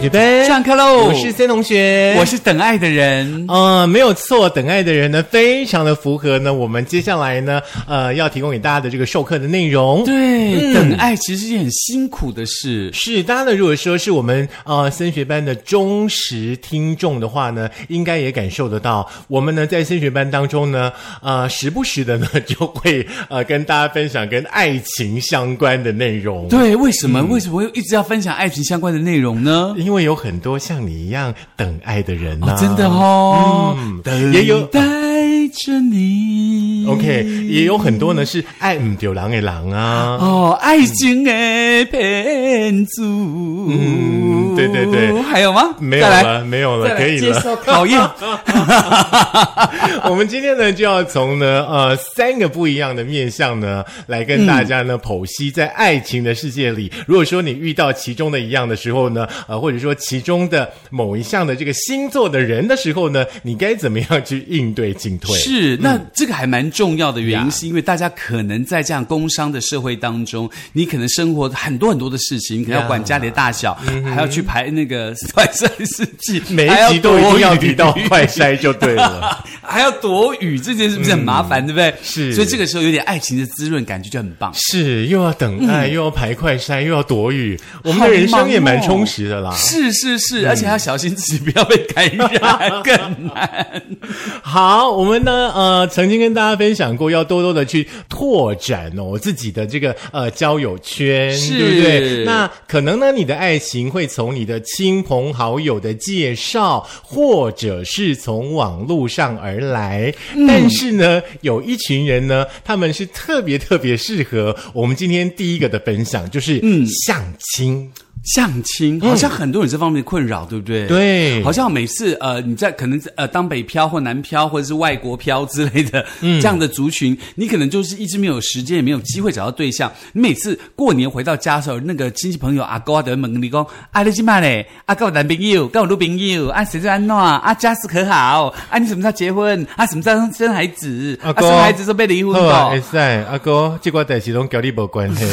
学班上课喽哎我是森同学，我是等爱的人。嗯，没有错，等爱的人呢，非常的符合呢。我们接下来呢，呃，要提供给大家的这个授课的内容。嗯对，等爱其实是很辛苦的事。是，当然呢，如果说是我们呃升学班的忠实听众的话呢，应该也感受得到，我们呢在升学班当中呢，呃，时不时的呢就会呃跟大家分享跟爱情相关的内容。对，为什嗯么？为什么又一直要分享爱情相关的内容呢？因为有很多像你一样等爱的人呐、哦，真的哦，等也有待着你。 OK，也有很多呢是爱唔丢狼给狼啊。哦，爱情的骗子。嗯对对对还有吗？没有再来了，没有了，可以接了。受考验。 我们今天呢，就要从呢呃三个不一样的面向呢，来嗯跟大家呢、剖析在爱情的世界里，如果说你遇到其中的一样的时候呢，呃，或者说其中的某一项的这个星座的人的时候呢，你该怎么样去应对进退？是，那这个还蛮重要的原因，是因为大家可能在这样工商的社会当中，你可能生活很多很多的事情，你可能要管家里的大小，还要去排那个 快筛试剂，每一集都一定要提到快筛就对了。 还要躲雨，这件事不是很麻烦，对不对？是所以这个时候有点爱情的滋润，感觉就很棒。 是，又要等待，又要排快筛，又要躲雨，我们嗯好的人忙生也蛮哦充实的啦。是是是，而且还要小心自己不要被感染，更难。好，我们呢，呃，曾经跟大家分享过，要多多的去拓展哦自己的这个呃交友圈，是对不对？那可能呢，你的爱情会从你的亲朋好友的介绍，或者是从网络上而来。嗯但是呢，有一群人呢，他们是特别特别适合我们今天第一个的分享，就是嗯相亲。相亲好像很多人这方面困扰，对不对？对好像每次呃，你在可能呃当北漂或南漂或者是外国漂之类的、嗯这样的族群，你可能就是一直没有时间，也没有机会找到对象。你每次过年回到家的时候，那个亲戚朋友阿哥啊，在问你讲，啊你今嘛嘞？啊跟我男朋友，跟我女朋友，啊谁在安诺啊？啊家世可好？啊你什么时候结婚？啊什么时候生孩子？阿啊哥生孩子是被离婚好啊，的会。塞阿哥，这个代志拢跟你无关系，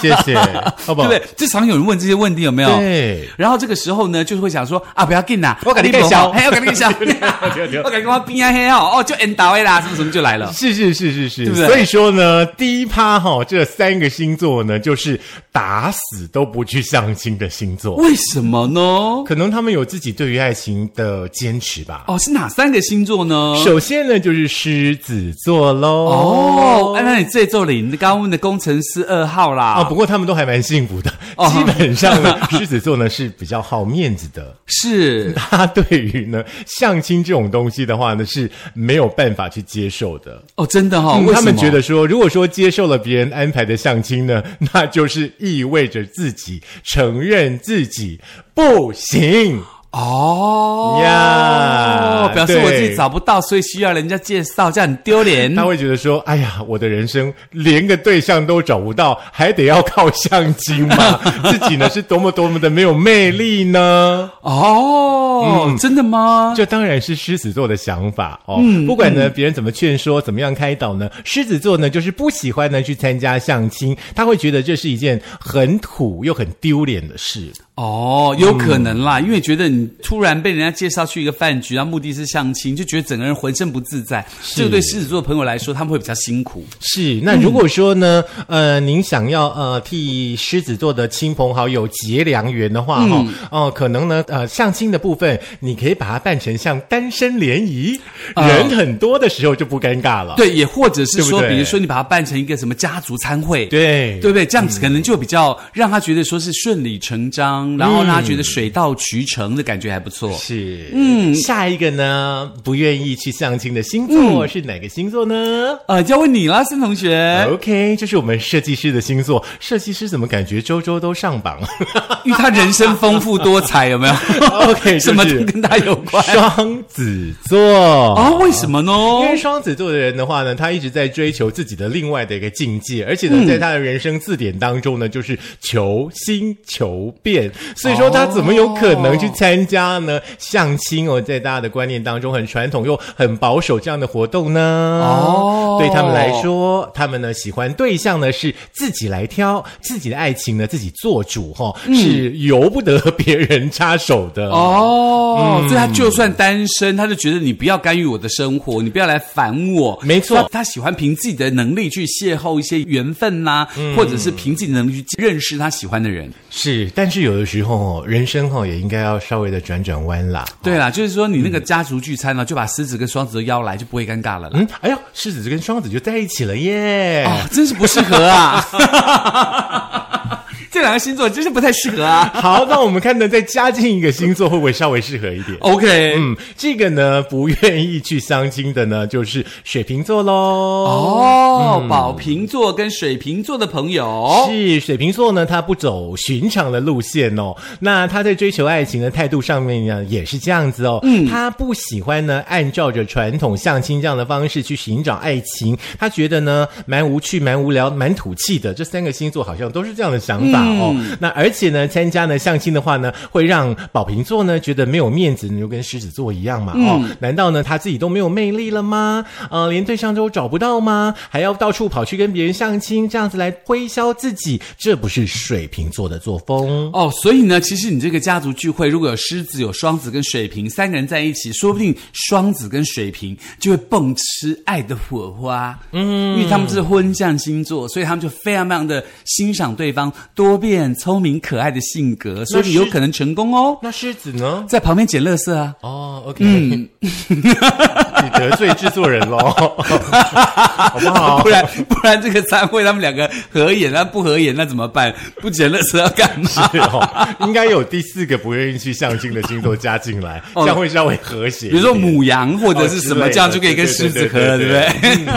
谢 谢，好不好对不？对？至常有人问这些问题，有没有？对然后这个时候呢，就是会想说啊，不要紧啦，我给你介绍嘿，我给你介绍， 对对我给你我边啊嘿哦，哦就 end 到的啦，什么什么就来了。是是是是是，对不对所以说呢，第一趴哈、这三个星座呢，就是打死都不去相亲的星座，为什么呢？可能他们有自己对于爱情的坚持吧。哦，是哪三个星座呢？首先呢，就是狮子座喽。哦，哎，那你这周里，你刚刚问的工程师二号啦，啊，不过他们都还蛮幸福的。哦基本上 呢，狮子座呢是比较好面子的，是他对于呢相亲这种东西的话呢是没有办法去接受的。哦，真的哈、哦嗯为什么他们觉得说，如果说接受了别人安排的相亲呢， 那就是意味着自己承认自己不行。嗯哦呀表示我自己对找不到，所以需要人家介绍，这样很丢脸。他会觉得说：“哎呀，我的人生连个对象都找不到，还得要靠相亲吗？ 自己呢是多么多么的没有魅力呢？”嗯哦、嗯真的吗？这当然是狮子座的想法哦。嗯不管呢、别人怎么劝说，怎么样开导呢，狮子座呢就是不喜欢呢去参加相亲，他会觉得这是一件很土又很丢脸的事。哦，有可能啦，因为觉得你突然被人家介绍去一个饭局，然后目的是相亲，就觉得整个人浑身不自在。这个对狮子座的朋友来说，他们会比较辛苦。是，那如果说呢，呃，您想要呃替狮子座的亲朋好友结良缘的嗯话，哦、哦、可能呢，呃，相亲的部分，你可以把它办成像单身联谊，啊人很多的时候就不尴尬了。对，也或者是对说，不对比如说你把它办成一个什么家族餐会，对对不对？这样子可能就比较让他觉得说是顺理成章，然后让他觉得水到渠成的感觉还不错。是，嗯，下一个呢，不愿意去相亲的星嗯座是哪个星座呢？呃，要问你啦，孙同学， OK，这是我们设计师的星座。设计师怎么感觉周周都上 榜因为他人生丰富多彩，有没 有？OK，就是什么都跟他有关双子座哦，为什么呢？因为双子座的人的话呢，他一直在追求自己的另外的一个境界，而且嗯呢，在他的人生字哦典当中呢，就是求新求变，所以说他怎么有可能去参参加呢相亲哦，在大家的观念当中很传统又很保守这样的活动呢？哦对他们来说，他们呢喜欢对象呢是自己来挑，自己的爱情呢自己做主哈、哦，是由不得别人插手的。嗯嗯哦，所以他就算单身，他就觉得你不要干预我的生活，你不要来烦我。没错他他喜欢凭自己的能力去邂逅一些缘分啦、嗯或者是凭自己的能力去认识他喜欢的人。是，但是有的时候哦，人生哦也应该要稍微的转转弯啦。对啦，就是说你那个家族聚餐呢、就把狮子跟双子都邀来，就不会尴尬了啦。嗯，哎呦，狮子跟双子就在一起了耶！啊、真是不适合啊！ 这两个星座真是不太适合啊。好，那我们看呢，再加进一个星座，会不会稍微适合一点？ OK，、嗯，这个呢，不愿意去相亲的呢，就是水瓶座喽。哦。哦，宝瓶座跟水瓶座的朋友，是水瓶座呢，他不走寻常的路线哦。那他在追求爱情的态度上面呢，也是这样子哦。嗯，他不喜欢呢按照着传统相亲这样的方式去寻找爱情，他觉得呢蛮无趣、蛮无聊、蛮土气的。这三个星座好像都是这样的想法哦。嗯那而且呢，参加呢相亲的话呢，会让宝瓶座呢觉得没有面子，你就跟狮子座一样嘛。哦，嗯难道呢他自己都没有魅力了吗？呃，连对象都找不到吗？还要到处跑去跟别人相亲，这样子来推销自己，这不是水瓶座的作风。哦，所以呢，其实你这个家族聚会，如果有狮子、有双子跟水瓶三个人在一起，说不定双子跟水瓶就会迸吃爱的火花。嗯，因为他们是婚象星座，所以他们就非常非常的欣赏对方多变、聪明、可爱的性格，所以有可能成功哦。那狮子呢？在旁边捡垃圾啊！哦，OK，、你得罪制作人喽，好不好 不？然不然这个餐会他们两个合眼，那不合眼那怎么办？不捡垃圾要干嘛？是哦，应该有第四个不愿意去相亲的星座加进来，这样会稍微和谐一哦比点。如说母羊或者是什么，哦之类的这样就可以跟狮子合了，对对对不对嗯对？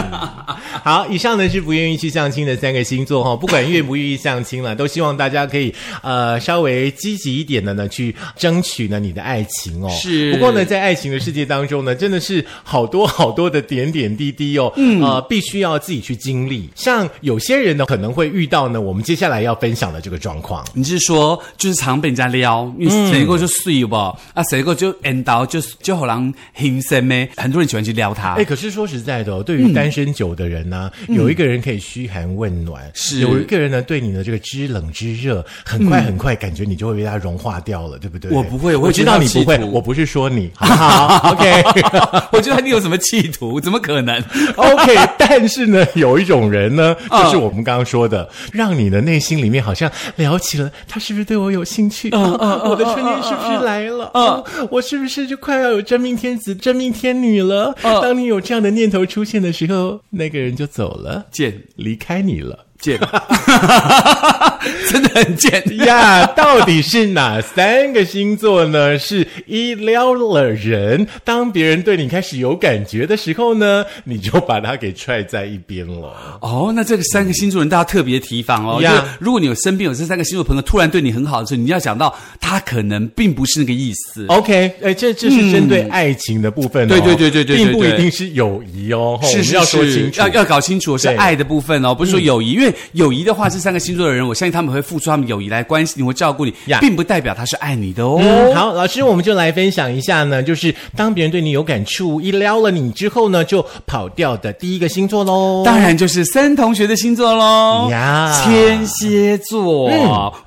好，以上呢是不愿意去相亲的三个星座哈、不管愿不愿意相亲了，都希望大家可以呃稍微积极一点的呢去争取呢你的爱情哦。是不过呢，在爱情的世界当中呢，真的是好多好多的点点滴滴哦，嗯，呃，必须要自己去经历。像有些人呢，可能会遇到呢我们接下来要分享的这个状况。你是说，就是常被人家撩，因为谁过就碎不、啊，谁过就 end 到就就好像很深咩，很多人喜欢去撩他。哎、可是说实在的哦，对嗯于单身久的人呢、有一个人可以嘘寒问暖，是嗯有一个人呢对你的这个知冷知热，很快很快，感觉你就会被他融化掉了，对不对？我不会我我会知觉得道他你企不会，图我不是说你，好不好？OK 我觉得你有什么企图？怎么可能？ OK，但是呢，有一种人呢，嗯就是我们刚刚说的，让你的内心里面好像聊起了，他是不是对我有兴嗯趣？啊我的春天是不是来了？啊我是不是就快要有真命天子、真命天女了？嗯当你有这样的念头出现的时候，那个人就走了。 贱离开你了贱， 真的很 贱。呀到底是哪三个星座呢？是一撩了人，当别人对你开始有感觉的时候呢，你就把他给踹在一边了。哦，那这个三个星座人大家特别提防哦。呀就是如果你有身边有这三个星座朋友突然对你很好的时候，你要想到他可能并不是那个意思。 OK，哎，这这是针对爱情的部分、哦对对对对对对并不一对定是友谊哦，吼是是我们要是说清楚，要要搞清楚是对嗯爱的部分哦，不是说友谊，因为友谊的话是三个星座的人，我相信他们会付出他们友谊来关心你，会照顾你呀，并不代表他是爱你的哦。嗯，好，老师，我们就来分享一下呢，就是当别人对你有感触，一撩了你之后呢，就跑掉的第一个星座喽。当然就是森同学的星座喽，呀嗯天蝎座。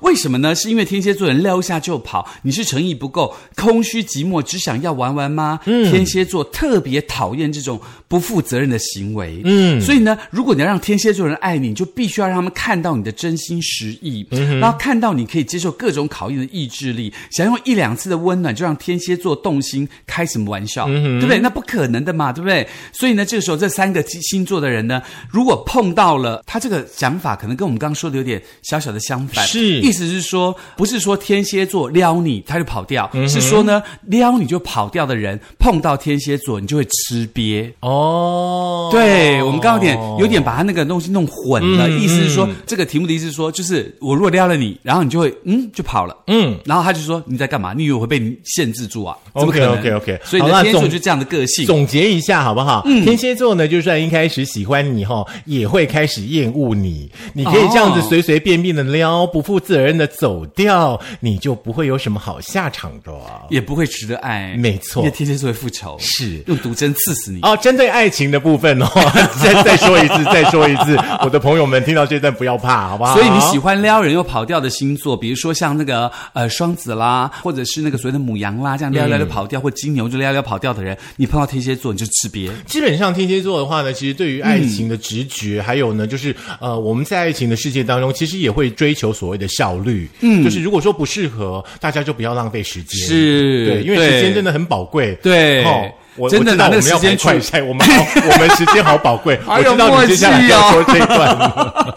为什么呢？是因为天蝎座人撩一下就跑，你是诚意不够，空虚寂寞，只想要玩玩吗？嗯天蝎座特别讨厌这种不负责任的行为。嗯，所以呢，如果你要让天蝎座人爱你，你就必须要让他们看到你的真心实意，然后看到你可以接受各种考验的意志力，想用一两次的温暖就让天蝎座动心，开什么玩笑？对不对？那不可能的嘛，对不对？所以呢，这个时候这三个星座的人呢，如果碰到了他这个想法，可能跟我们刚刚说的有点小小的相反，是意思是说，不是说天蝎座撩你他就跑掉，是说呢撩你就跑掉的人碰到天蝎座，你就会吃瘪。哦，嗯对，我们刚刚有点有点把他那个东西弄混了，意意思是说，这个题目的意思是说，就是我如果撩了你，然后你就会嗯就跑了，嗯，然后他就说你在干嘛？你以为我会被你限制住啊？怎么可能 OK，OK，OK 所以你好那的天数总就这样的个性。总结一下好不好？嗯天蝎座呢，就算一开始喜欢你哈，也会开始厌恶你。你可以这样子哦随随便便的撩，不负责任的走掉，你就不会有什么好下场的、哦。也不会值得爱，没错因为天蝎座会复仇，是用毒针刺死你。哦，针对爱情的部分哦， 再再说一次，再说一次，我的朋友们听到这段不要怕，好不好？所以你喜欢撩人又跑掉的星座，比如说像那个呃双子啦，或者是那个所谓的母羊啦，这样撩一撩就嗯跑掉，或金牛就撩一撩跑掉的人，你碰到天蝎座你就吃瘪。基本上天蝎座的话呢，其实对于爱情的直觉，还有呢，就是呃，我们在爱情的世界当中，其实也会追求所谓的效率。嗯，就是如果说不适合，大家就不要浪费时间。是对，因为对时间真的很宝贵。对哦。我真的我知道拿那我个们要时间排去快筛，我们好， 我们时间好宝贵。好我有知道默你接下来契哦要说这一段了。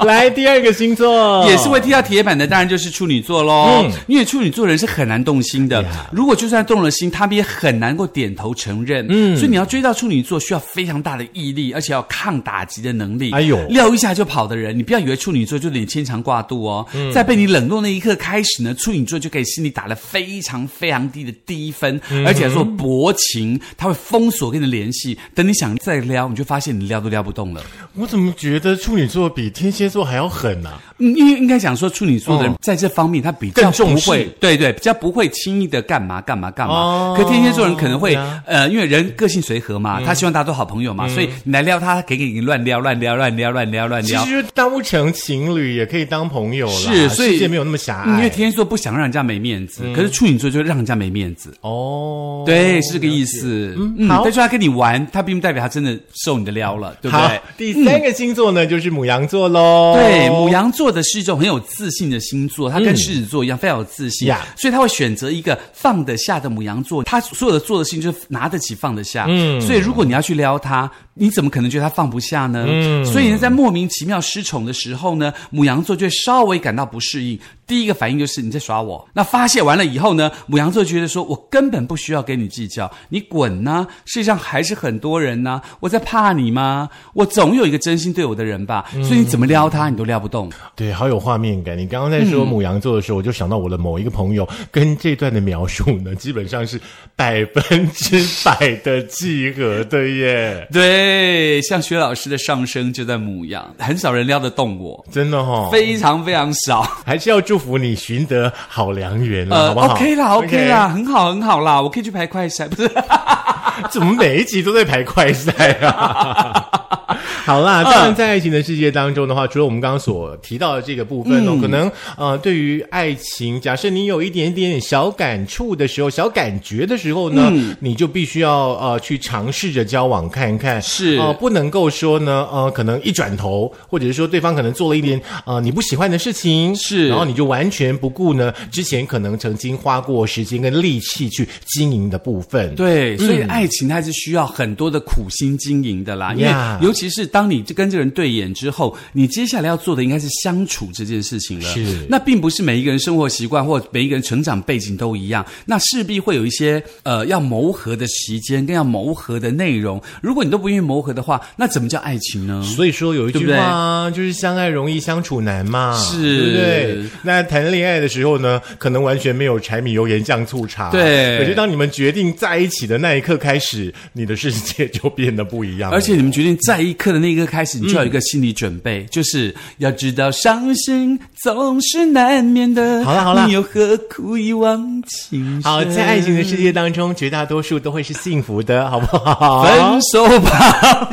来，第二个星座也是会踢到铁板的，当然就是处女座喽。嗯因为处女座人是很难动心的，如果就算动了心，他们也很难够点头承认。嗯，所以你要追到处女座，需要非常大的毅力，而且要抗打击的能力。哎呦撩一下就跑的人，你不要以为处女座就脸牵强挂肚哦。嗯在被你冷落那一刻开始呢，处女座就给心里打了非常非常低的低分，嗯而且还做薄情，他会封锁跟你联系。等你想再撩，你就发现你撩都撩不动了。我怎么觉得处女座比天蝎座还要狠啊呢、嗯，因为应该讲说处女座的人在这方面他比较哦更重不视会，对对，比较不会轻易的干嘛干嘛干嘛。哦嗯可天蝎座人可能会对啊，呃，因为人个性随和嘛，他希望大家都好朋友嗯嘛，所以你来撩他，他给给你乱撩乱撩乱撩乱撩乱其撩实。就是当不成情侣也可以当朋友啦，是，所以世界没有那么狭隘。嗯因为天蝎座不想让人家没面子，可是处女座就让人家没面子。嗯哦，对，是这个意思。嗯好但是他跟你玩，他并不代表他真的受你的撩了，对不好 对？，第嗯三个星座呢，就是母羊座喽。对，母羊座的是一种很有自信的星座，它跟狮子座一样、非常有自信嗯呀所以他会选择一个放得下的母羊座。他所有的做的事情就是拿得起放得下，嗯，所以如果你要去撩他，你怎么可能觉得他放不下呢？嗯，所以呢，在莫名其妙失宠的时候呢，母羊座就会稍微感到不适应。第一个反应就是你在耍我。那发泄完了以后呢，母羊座觉得说我根本不需要跟你计较，你滚呐、世界上还是很多人呐、我在怕你吗？我总有一个真心对我的人吧，所以你怎么撩他，你都撩不动。对，好有画面感。你刚刚在嗯说母羊座的时候，我就想到我的某一个朋友跟这段的描述呢，基本上是百分之百的契合的耶。对，像薛老师的上升就在母羊，很少人撩得动我，真的哈、哦， 非常非常 少。还是要祝福你寻得好良缘了，嗯好不好呃，OK 啦，OK 啦很好，很好啦，我可以去排快闪， 不是？ OK 怎么每一集都在排快赛啊？ 好嗯啦，当然，在爱情的世界当中的话，除了我们刚刚所提到的这个部分哦，嗯可能呃，对于爱情，假设你有一点点小感触的时候、小感觉的时候呢，嗯你就必须要呃去尝试着交往看看，是呃，不能够说呢，呃，可能一转头，或者是说对方可能做了一点呃你不喜欢的事情，是然后你就完全不顾呢之前可能曾经花过时间跟力气去经营的部分，对，所嗯以爱情它还是需要很多的苦心经营的啦，因为 Yeah 尤其是当你跟这个人对眼之后，你接下来要做的应该是相处这件事情了。是那并不是每一个人生活习惯或每一个人成长背景都一样，那势必会有一些呃要磨合的时间跟要磨合的内容。如果你都不愿意磨合的话，那怎么叫爱情呢？所以说有一对句不对话啊就是相爱容易相处难嘛，是对不对？那谈恋爱的时候呢，可能完全没有柴米油盐酱醋茶，对可是当你们决定在一起的那一刻开始，你的世界就变得不一样了，而且你们决定在一刻的那一刻开始，你就要有一个心理准备，就是要知道伤心总是难免的。好了好了你又何苦一往情深？好，在爱情的世界当中，绝大多数都会是幸福的，好不 好？分手吧，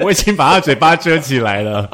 我已经把他嘴巴遮起来了。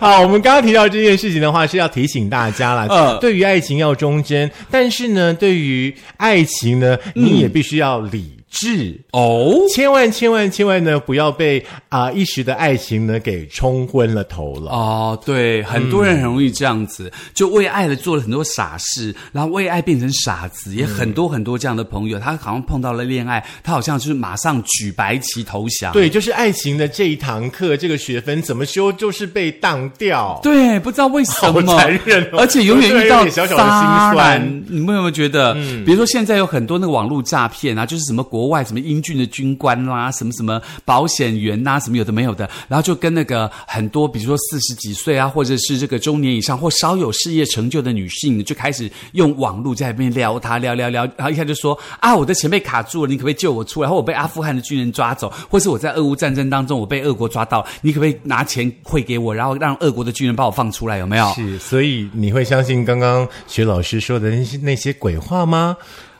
好，我们刚刚提到这件事情的话，是要提醒大家啦，嗯对于爱情要忠贞，但是呢，对于爱情呢，你也必须要理智。哦。千万千万千万呢，不要被啊、一时的爱情呢给冲昏了头了。哦，对，很多人很容易这样子，就为爱了做了很多傻事，然后为爱变成傻子，也很多很多这样的朋友，他好像碰到了恋爱，他好像就是马上举白旗投降。对，就是爱情的这一堂课，这个学分怎么修，就是被当掉。对，不知道为什么，好残忍哦 而且永远遇有到点小小的心酸嗯渣男你们有没有觉得？比如说现在有很多那个网络诈骗啊，就是什么国国外什么英俊的军官啦，什么什么保险员呐、什么有的没有的，然后就跟那个很多，比如说四十几岁啊，或者是这个中年以上或稍有事业成就的女性，就开始用网络在那边撩她，撩撩撩，然后一下就说啊，我的钱被卡住了，你可不可以救我出来？或我被阿富汗的军人抓走，或是我在俄乌战争当中我被俄国抓到，你可不可以拿钱汇给我，然后让俄国的军人把我放出来？有没有？是，所以你会相信刚刚徐老师说的那些那些鬼话吗？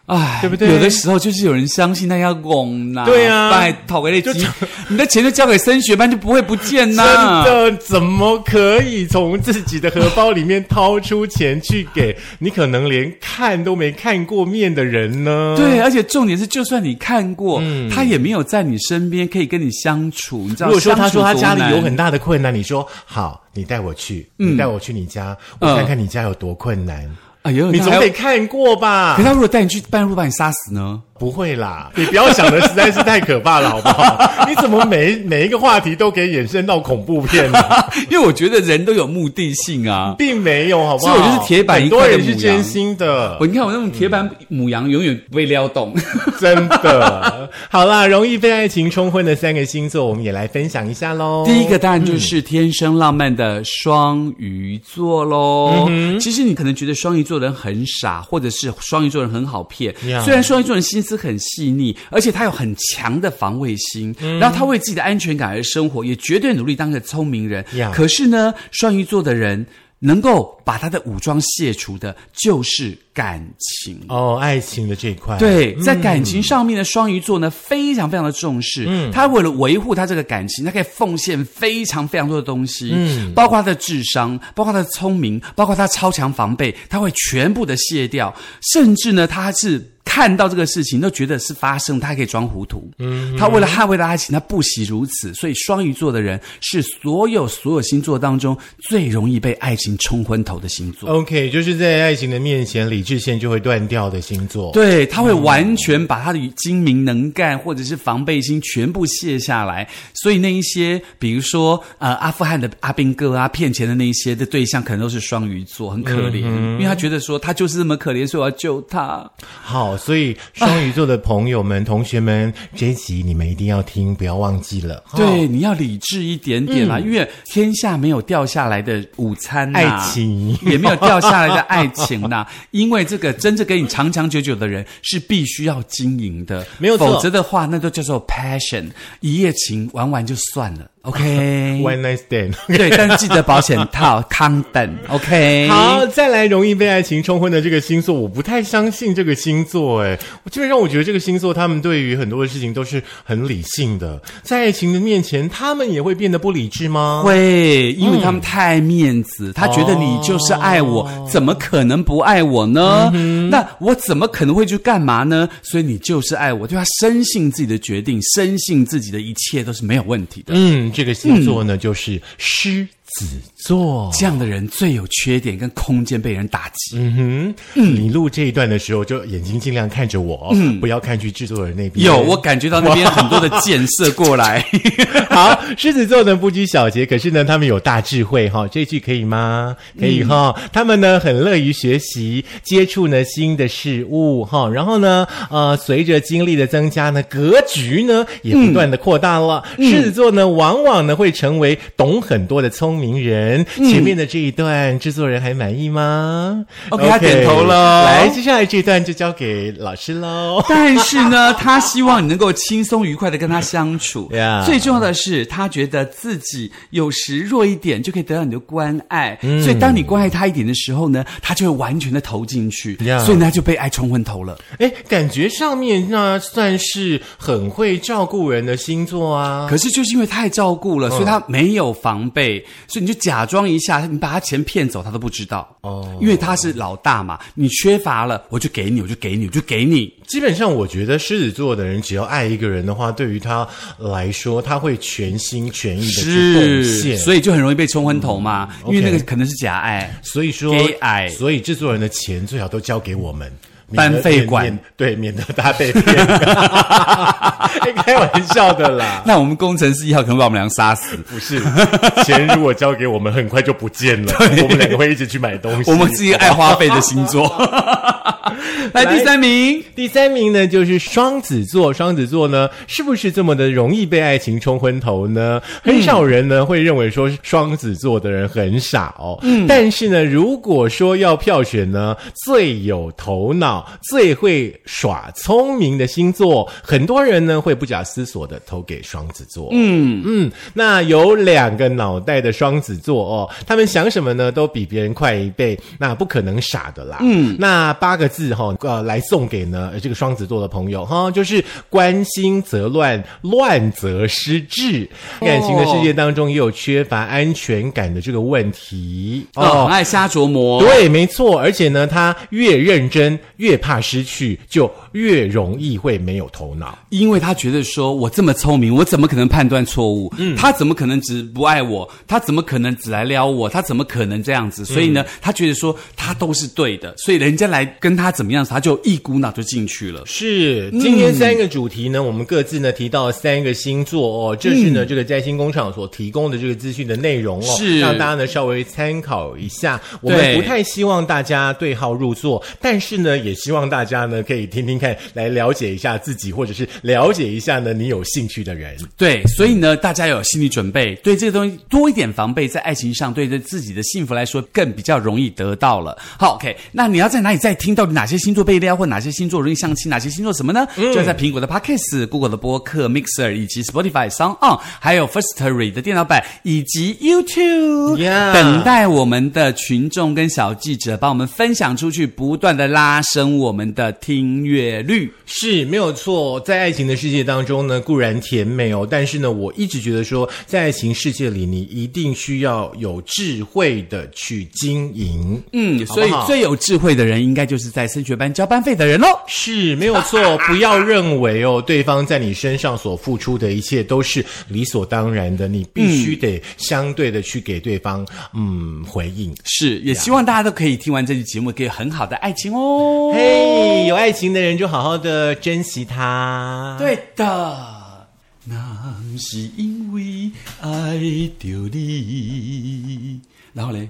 唉，对不对有的时候就是有人相信，但要拱呐、对啊拜讨个累积，你的钱就交给升学班，就不会不见真呐、的怎么可以从自己的荷包里面掏出钱去给你可能连看都没看过面的人呢？对，而且重点是，就算你看过，他也没有在你身边可以跟你相处，你知道？嗯如果说他相处说多他家里有难很大的困难，你说好，你带我去，你带我去你家，我嗯看看你家有多困难。哎呦，你总他还得要看过吧可是？他如果带你去半路把你杀 死呢？不会啦，你不要想的实在是太可怕了，好不好？ 你怎么每每一个话题都可以衍生到恐怖片呢？ 因为我觉得人都有目的性啊。并没有，好不好？所以我就是铁板很一多块的人是母真羊心的我，你看我那种铁板母羊永远不会撩动。真的。 好啦，容易被爱情冲昏的三个星座，我们也来分享一下喽。第一个当然就是天生浪漫的双鱼座喽。其实你可能觉得双鱼座人很傻，或者是双鱼座人很好骗。 Yeah 虽然双鱼座人心思很细腻，而且他有很强的防卫心，然后他为自己的安全感而生活，也绝对努力当个聪明人。 Yeah 可是呢，双鱼座的人能够把他的武装卸除的，就是感情。哦，爱情的这一块，，对，在感情上面的双鱼座呢，非常非常的重视。他为了维护他这个感情，他可以奉献非常非常多的东西，包括他的智商，包括他的聪明，包括他超强防备，他会全部的卸掉，甚至呢，他还是。看到这个事情都觉得是发生，他还可以装糊涂。嗯，他为了捍卫他的爱情，他不惜如此。所以双鱼座的人是所有所有星座当中最容易被爱情冲昏头的星座。 OK，就是在爱情的面前，理智线就会断掉的星座。对，他会完全把他的精明能干或者是防备心全部卸下来，所以那一些，比如说呃，阿富汗的阿兵哥啊，骗钱的那一些的对象，可能都是双鱼座，很可怜，因为他觉得说他就是这么可怜，所以我要救他。好，所以双鱼座的朋友们、同学们，这一集你们一定要听，不要忘记了。哈 对，，你要理智一点点啦，因为天下没有掉下来的午餐、呐，爱情 也没有掉下来的爱情呐、因为这个真正跟你长长久久的人是必须要经营的，没有错否则的话，那都叫做 passion，一夜情玩玩就算了 ，OK。One Night Stand。对，但记得保险 套 condom，OK。好，再来容易被爱情冲昏的这个星座，我不太相信这个星座。哎，我基本上我觉得这个星座他们对于很多的事情都是很理性的，在爱情的面前，他们也会变得不理智 吗？会，因为他们太面子，他觉得你就是爱我，哦怎么可能不爱我呢？嗯那我怎么可能会去干嘛呢？所以你就是爱我，对他深信自己的决定，深信自己的一切都是没有问题的。嗯，这个星座呢、就是狮子座。这样的人最有缺点跟空间被人打击。嗯哼，你录这一段的时候，就眼睛尽量看着我，不要看去制作人那边。嗯有，我感觉到那边很多的箭射过来。 好，狮子座呢不拘小节，可是呢他们有大智慧哈、这句可以吗？可以哈、嗯他们呢很乐于学习，接触呢新的事物哈、然后呢呃随着经历的增加呢，格局呢也不断的扩大了。嗯狮子座呢往往呢会成为懂很多的聪明人。嗯前面的这一段制作人还满意吗 OK，他点头了来，接下来这一段就交给老师喽。但是呢，他希望你能够轻松愉快的跟他相处。 Yeah 最重要的是，他觉得自己有时弱一点就可以得到你的关爱，所以当你关爱他一点的时候呢，他就会完全的投进去 Yeah 所以呢他就被爱冲昏头了。哎，感觉上面那算是很会照顾人的星座啊。可是就是因为太照顾嗯了，所以他没有防备，所以你就假装一下，你把他钱骗走，他都不知道哦哦，因为他是老大嘛，你缺乏了，我就给你，我就给你，我就给你。基本上，我觉得狮子座的人只要爱一个人的话，对于他来说，他会全心全意的去奉是，献。嗯所以就很容易被冲昏头嘛，因为 OK 那个可能是假爱。所以说给爱，所以制作人的钱最好都交给我们。免班得费管免免对，免得他被骗。 哎开玩笑的 啦，那我们工程师一号可能把我们俩杀死，不 是钱如果交给我们，很快就不见了。我们两个会一直去买东西。 我们是一个爱花费的星座。来第三名，第三名呢，就是双子座。双子座呢，是不是这么的容易被爱情冲昏头呢？很少人呢、会认为说双子座的人很傻哦。嗯，但是呢，如果说要票选呢，最有头脑、最会耍聪明的星座，很多人呢会不假思索的投给双子座。嗯嗯，那有两个脑袋的双子座哦，他们想什么呢，都比别人快一倍，那不可能傻的啦。嗯，那八个字哈、呃，来送给呢呃这个双子座的朋友哈、就是关心则乱，乱则失智。感情的世界当中也有缺乏安全感的这个问题哦，很爱瞎琢磨。对，没错，而且呢，他越认真，越怕失去，就越容易会没有头脑。因为他觉得说，我这么聪明，我怎么可能判断错误？他怎么可能只不爱我？他怎么可能只来撩我？他怎么可能这样子？所以呢，他觉得说他都是对的，所以人家来跟他怎么样，他就一股脑就进去了。是，嗯今天三个主题呢，我们各自呢提到三个星座哦，这是呢、这个摘星工厂所提供的这个资讯的内容哦，是让大家呢稍微参考一下。我对们不太希望大家对号入座，但是呢，也希望大家呢可以听听看，来了解一下自己，或者是了解一下呢你有兴趣的人。对，所以呢，大家有心理准备，对这个东西多一点防备，在爱情上对着自己的幸福来说，更比较容易得到了。好，OK，那你要在哪里再听到底哪些星座被啊撩，或哪些星座容易相亲，哪些星座什么呢？就在苹果的 Podcast、Google 的播客、Mixer 以及 Spotify、s o n On，还有 Firstory 的电脑版以及 YouTube，、 Yeah 等待我们的群众跟小记者帮我们分享出去，不断的拉升我们的听阅率。是没有错，在爱情的世界当中呢，固然甜美哦，但是呢，我一直觉得说，在爱情世界里，你一定需要有智慧的去经营。嗯，好不所以好最有智慧的人，应该就是在升学班交班费的人喽。是没有错，不要认为哦，对方在你身上所付出的一切都是理所当然的，你必嗯须得相对的去给对方嗯回应。是，也希望大家都可以听完这期节目，给很好的爱情哦。嘿，有爱情的人就好好的珍惜它。，对的，那是因为爱着你。然后嘞，